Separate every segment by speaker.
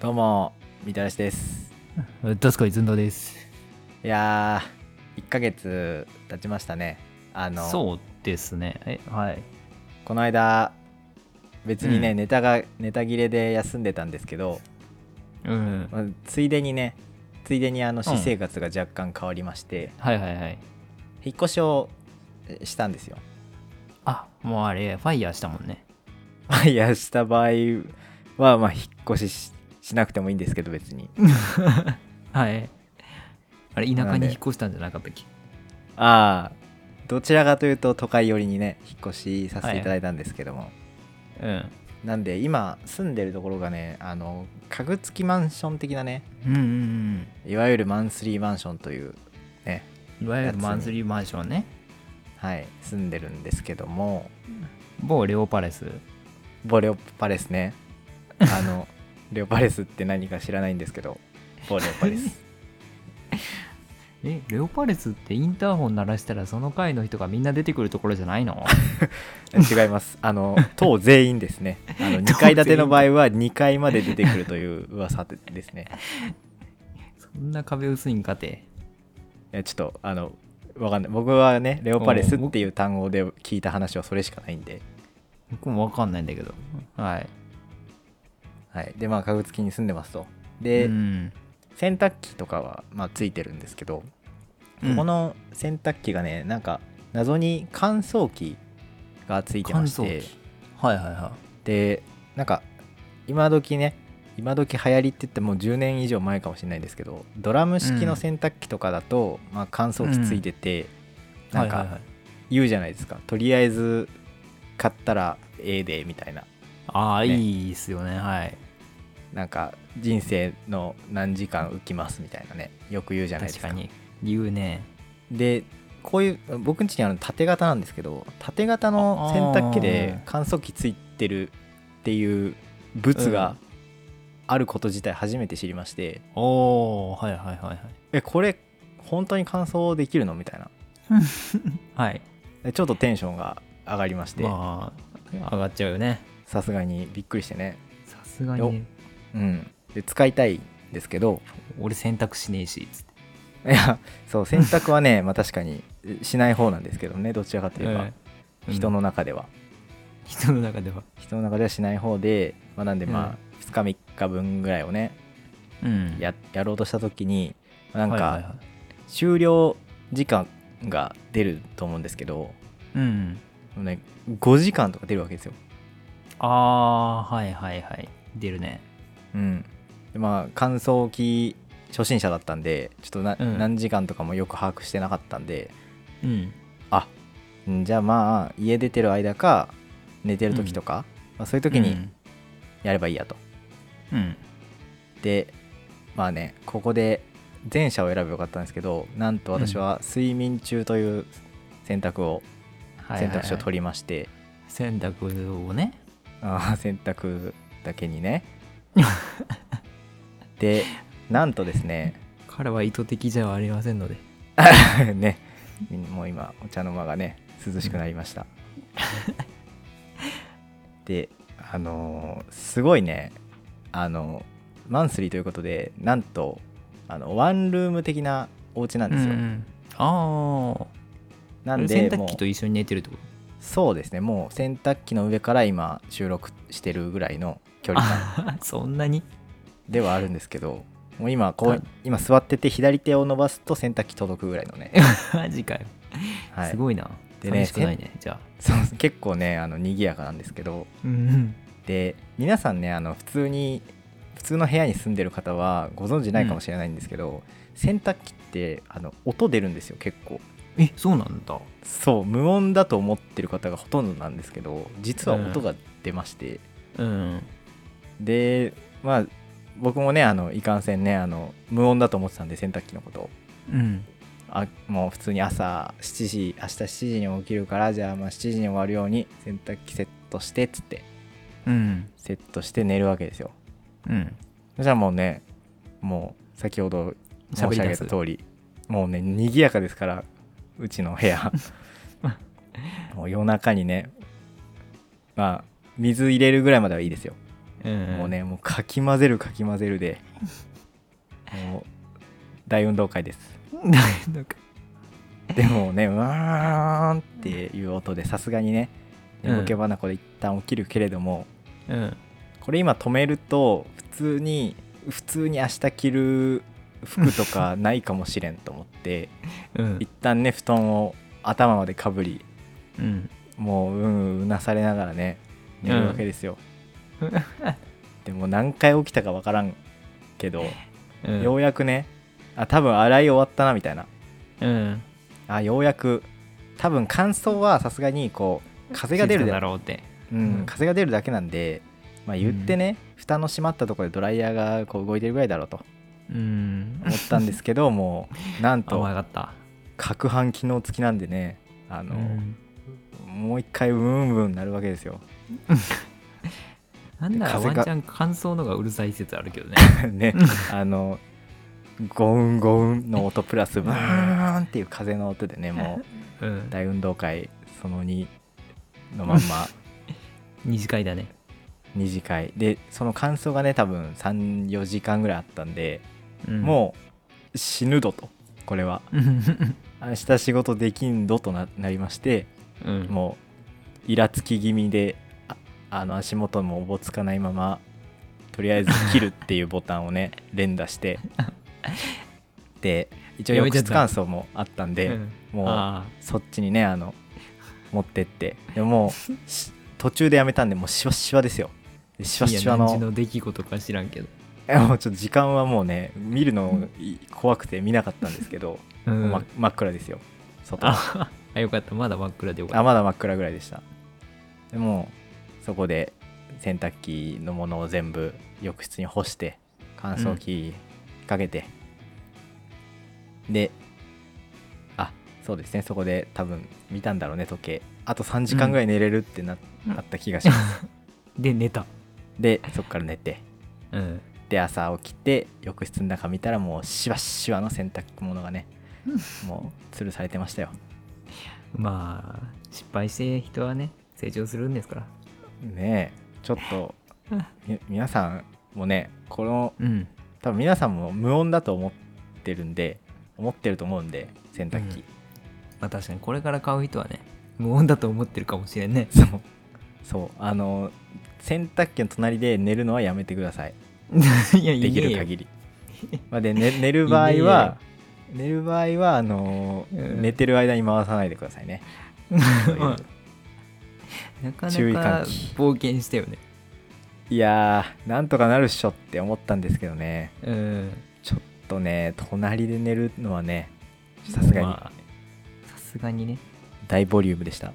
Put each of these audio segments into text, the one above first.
Speaker 1: どうも、みたらしです。
Speaker 2: どすこいずんどうです。
Speaker 1: いやー、1ヶ月経ちましたね。あの、
Speaker 2: そうですね。え、はい。
Speaker 1: この間、別にね、
Speaker 2: うん
Speaker 1: ネタが、ネタ切れで休んでたんですけど、
Speaker 2: うん。
Speaker 1: まあついでにね、ついでにあの、私生活が若干変わりまして、
Speaker 2: はいはいはい。
Speaker 1: 引っ越しをえしたんですよ。
Speaker 2: あ、もうあれ、ファイヤーしたもんね。
Speaker 1: いや、した場合は、まあ、引っ越しししなくてもいいんですけど、別に。
Speaker 2: はい。あれ、田
Speaker 1: な
Speaker 2: 舎
Speaker 1: ん
Speaker 2: に
Speaker 1: で
Speaker 2: 引っ越したんじゃなかったっけ
Speaker 1: ああ、どちらかというと、都会寄りにね、引っ越しさせていただいたんですけども。
Speaker 2: うん。
Speaker 1: なんで今住んでるところがねあの家具付きマンション的なね
Speaker 2: うんうん
Speaker 1: いわゆるマンスリーマンションというね
Speaker 2: うん。いわゆるマンスリーマンションね。
Speaker 1: はい住んでるんですけども
Speaker 2: 某レオパレス。
Speaker 1: ボレオパレスねあのレオパレスって何か知らないんですけどボレオパレス
Speaker 2: え、レオパレスってインターホン鳴らしたらその階の人がみんな出てくるところじゃないの
Speaker 1: 違いますあの党全員ですねあの2階建ての場合は2階まで出てくるという噂ですね
Speaker 2: そんな壁薄いんかて。
Speaker 1: いやちょっとあのわかんない僕はねレオパレスっていう単語で聞いた話はそれしかないんで
Speaker 2: 僕もわかんないんだけど。はい。
Speaker 1: はい、でまあ家具付きに住んでますとで、
Speaker 2: うん。
Speaker 1: 洗濯機とかは、まあ、ついてるんですけど、
Speaker 2: うん
Speaker 1: この洗濯機がねなんか謎に乾燥機がついてまして
Speaker 2: 機。はいはいは
Speaker 1: でなんか今時ね今時流行りって言ってもう10年以上前かもしれないですけどドラム式の洗濯機とかだと、まあ、乾燥機ついてて、
Speaker 2: い。
Speaker 1: なん
Speaker 2: はいはいは
Speaker 1: か
Speaker 2: い
Speaker 1: 言うじゃないですか、とりあえず買ったらええでみたいな
Speaker 2: ああ、
Speaker 1: ね
Speaker 2: いいっすよね。はい。
Speaker 1: なんか人生の何時間浮きますみたいなねよく言うじゃないです
Speaker 2: 確
Speaker 1: か
Speaker 2: かに言うね
Speaker 1: でこういう僕ん家にあの縦型なんですけど縦型の洗濯機で乾燥機ついてるっていう物があること自体初めて知りまして、
Speaker 2: おおはいはいはいはい
Speaker 1: えこれ本当に乾燥できるのみたいな
Speaker 2: はい
Speaker 1: でちょっとテンションが上がりまして
Speaker 2: まあ上がっちゃうよね
Speaker 1: さすがにびっくりしてね、
Speaker 2: さすがにね
Speaker 1: うん、で使いたいんですけど
Speaker 2: 俺洗濯しねえしつって
Speaker 1: いやそう洗濯はねまあ確かにしない方なんですけどねどちらかといえば、
Speaker 2: うん
Speaker 1: 人の中では
Speaker 2: 人の中では
Speaker 1: 人の中ではしない方で、まあ、なんでまあ2日3日分ぐらいをね
Speaker 2: うん
Speaker 1: ややろうとした時になん
Speaker 2: はいはい
Speaker 1: か
Speaker 2: は
Speaker 1: 終了時間が出ると思うんですけど、
Speaker 2: いうん
Speaker 1: ね、5時間とか出るわけですよ。
Speaker 2: ああーはいはいはい出るね
Speaker 1: うん、でまあ乾燥機初心者だったんでちょっとな、
Speaker 2: うん
Speaker 1: 何時間とかもよく把握してなかったんで
Speaker 2: うん
Speaker 1: あんじゃあまあ家出てる間か寝てる時とか、まあ、そういう時にやればいいやと。
Speaker 2: うん
Speaker 1: でまあねここで前者を選べばよかったんですけどなんと私は睡眠中という選択を、選択肢を取
Speaker 2: り
Speaker 1: りまして、
Speaker 2: 洗濯をね
Speaker 1: あー選択だけに ねでなんとですね
Speaker 2: 彼は意図的じゃありませんので
Speaker 1: ねみんもう今お茶の間がね涼しくなりました、であのーすごいねあのマンスリーということでなんとあのワンルーム的なお家なんですよ、
Speaker 2: うんああ
Speaker 1: なんで
Speaker 2: 洗濯
Speaker 1: も
Speaker 2: 機
Speaker 1: う
Speaker 2: と一緒に寝てるってこと
Speaker 1: そうですねもう洗濯機の上から今収録してるぐらいの距離感
Speaker 2: あ そんなに
Speaker 1: ではあるんですけどもう今こ
Speaker 2: はいう
Speaker 1: 今座ってて左手を伸ばすと洗濯機届くぐらいのね、
Speaker 2: マジかよ
Speaker 1: はい、
Speaker 2: すごいな。
Speaker 1: でね
Speaker 2: 寂しくないね、じゃあ。
Speaker 1: そう結構ねあの賑やかなんですけど
Speaker 2: うん。
Speaker 1: で皆さんねあの普通に普通の部屋に住んでる方はご存知ないかもしれないんですけど、洗濯機ってあの音出るんですよ結構
Speaker 2: え、そうなんだ。
Speaker 1: そう無音だと思ってる方がほとんどなんですけど実は音が出まして、
Speaker 2: うん。
Speaker 1: でまあ僕もねあのいかんせんねあの無音だと思ってたんで洗濯機のことを
Speaker 2: うん。
Speaker 1: あもう普通に朝7時明日7時に起きるからじゃあまあ7時に終わるように洗濯機セットしてっつって
Speaker 2: うん。
Speaker 1: セットして寝るわけですよ
Speaker 2: うん。
Speaker 1: そしたらもうねもう先ほど申し上げた
Speaker 2: り。
Speaker 1: 通りもうね賑やかですからうちの部屋もう夜中にねまあ水入れるぐらいまではいいですよ
Speaker 2: うん
Speaker 1: もうねもうかき混ぜるかき混ぜるでもう大運動会です
Speaker 2: なんか
Speaker 1: でもねうわーんっていう音でさすがにね
Speaker 2: うん
Speaker 1: 眠気ばなこで一旦起きるけれども、
Speaker 2: うん
Speaker 1: これ今止めると普通に普通に明日着る服とかないかもしれんと思って
Speaker 2: うん
Speaker 1: 一旦ね布団を頭までかぶり
Speaker 2: うん
Speaker 1: もううんうなされながらね寝るわけですよ、
Speaker 2: うん
Speaker 1: でも何回起きたかわからんけど、
Speaker 2: うん
Speaker 1: ようやくねあ多分洗い終わったなみたいな
Speaker 2: うん
Speaker 1: あようやく多分乾燥はさすがにこう風が出る
Speaker 2: 静
Speaker 1: で
Speaker 2: かだろうって
Speaker 1: う
Speaker 2: うんん、
Speaker 1: 風が出るだけなんで、まあ、言ってね、蓋の閉まったところでドライヤーがこう動いてるぐらいだろうと
Speaker 2: うん
Speaker 1: 思ったんですけ どもうなんと
Speaker 2: 甘かった
Speaker 1: 攪拌機能付きなんでねあ
Speaker 2: う
Speaker 1: の、
Speaker 2: ん
Speaker 1: もう一回ブンブンなるわけですよ
Speaker 2: なんなら
Speaker 1: 風
Speaker 2: ワ
Speaker 1: が
Speaker 2: ンちゃん乾燥のがうるさい説あるけ どね
Speaker 1: ね あのゴウンゴウンの音プラスブーンっていう風の音で ねも
Speaker 2: う
Speaker 1: うん大運動会その2のまんま
Speaker 2: 二次会だね
Speaker 1: 2次会でその感想がね多分34時間ぐらいあったんで、
Speaker 2: うん
Speaker 1: もう死ぬどとこれは
Speaker 2: うん
Speaker 1: 明日仕事できんどとななりまして
Speaker 2: うん
Speaker 1: もうイラつき気味でああの足元もおぼつかないままとりあえず切るっていうボタンを ね連打してで一応
Speaker 2: やめ
Speaker 1: 浴
Speaker 2: ちゃっ
Speaker 1: 室
Speaker 2: た
Speaker 1: 乾燥もあったんで、
Speaker 2: うん
Speaker 1: もう
Speaker 2: あ
Speaker 1: そっちにねあの持ってってでも うし途中でやめたんでもうしわしわですよでし
Speaker 2: あ
Speaker 1: わ
Speaker 2: いや
Speaker 1: しわの
Speaker 2: 何時の出来事か知らんけど
Speaker 1: えもうちょっと時間はもうね見るのい怖くて見なかったんですけど、
Speaker 2: うん
Speaker 1: ま真っ暗ですよ外あ
Speaker 2: あ あよかったまだ真っ暗でよかっ
Speaker 1: まだ真っ暗ぐらいでしたでもうそこで洗濯機のものを全部浴室に干して乾燥機かけて、であそうですねそこで多分見たんだろうね時計あと3時間ぐらい寝れるってな,、
Speaker 2: うん
Speaker 1: なった気がします
Speaker 2: たで寝た
Speaker 1: でそこから寝て
Speaker 2: うん
Speaker 1: で朝起きて浴室の中見たらもうしわしわの洗濯物がねもう吊るされてましたよ
Speaker 2: まあ失敗して人はね成長するんですから
Speaker 1: ねえちょっとみ皆さんもねこの
Speaker 2: うん
Speaker 1: 多分皆さんも無音だと思ってるんで思ってると思うんで洗濯機、
Speaker 2: まあ確かにこれから買う人はね無音だと思ってるかもしれんね
Speaker 1: そうそうあの洗濯機の隣で寝るのはやめてくだ さい
Speaker 2: いやいい
Speaker 1: できる
Speaker 2: よ
Speaker 1: 限りまあで、ね、寝る場合
Speaker 2: いねえ
Speaker 1: は
Speaker 2: よ
Speaker 1: 寝る場合はあの
Speaker 2: うん
Speaker 1: 寝てる間に回さないでください ね、そういう
Speaker 2: まあなか
Speaker 1: 注意
Speaker 2: なか
Speaker 1: 喚起
Speaker 2: 冒険したよね
Speaker 1: いやーなんとかなるっしょって思ったんですけどね
Speaker 2: うん
Speaker 1: ちょっとね隣で寝るのはねさすがに
Speaker 2: まあさすがにね
Speaker 1: 大ボリュームでした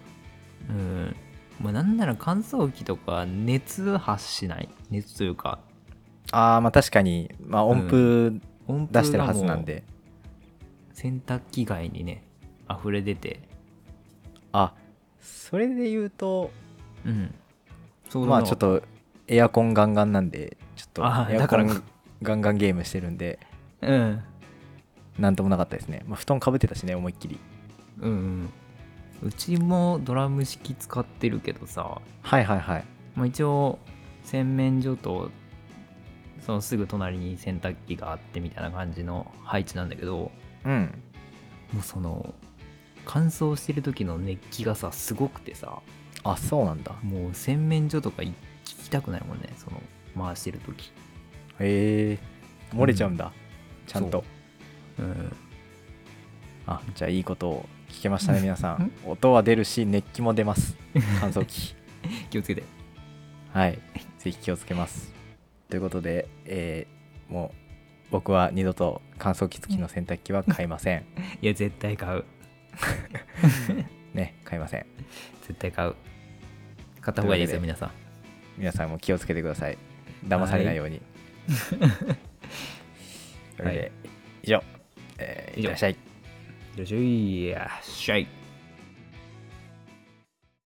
Speaker 2: うんまあなんなら乾燥機とか熱発しない熱というか
Speaker 1: あーまあ確かに、まあ、音符
Speaker 2: 音符が
Speaker 1: 出してるはずなん
Speaker 2: も
Speaker 1: で、
Speaker 2: う洗濯機外にね溢れ出て
Speaker 1: あそれで言うと
Speaker 2: うんそう
Speaker 1: まあちょっとエアコンガンガンなんでちょっと
Speaker 2: あー
Speaker 1: エア
Speaker 2: だ
Speaker 1: コ
Speaker 2: から
Speaker 1: ンガンガンゲームしてるんで
Speaker 2: うん
Speaker 1: なんともなかったですね、まあ、布団かぶってたしね思いっきり
Speaker 2: うんうんうちもドラム式使ってるけどさ、
Speaker 1: はいはいはい
Speaker 2: まあ、一応洗面所とそのすぐ隣に洗濯機があってみたいな感じの配置なんだけど
Speaker 1: うん
Speaker 2: もうその乾燥してる時の熱気がさすごくてさ
Speaker 1: あそうなんだ
Speaker 2: もう洗面所とか行きたくないもんねその回してる時
Speaker 1: へえ漏れちゃうんだ、ちゃんと
Speaker 2: うん
Speaker 1: あじゃあいいことを聞けましたね皆さん
Speaker 2: ん
Speaker 1: 音は出るし熱気も出 ます乾燥機
Speaker 2: 気をつけて
Speaker 1: はいぜひ気をつけますということで、えーもう僕は二度と乾燥機付きの洗濯機は買いません
Speaker 2: いや絶対買う
Speaker 1: ね買いません
Speaker 2: 絶対買う買った方がいいですよ
Speaker 1: とい
Speaker 2: 皆さん
Speaker 1: 皆さんも気をつけてください騙されないよう に、それで、以上、えーいってらっしゃい
Speaker 2: よいしょいやっしゃい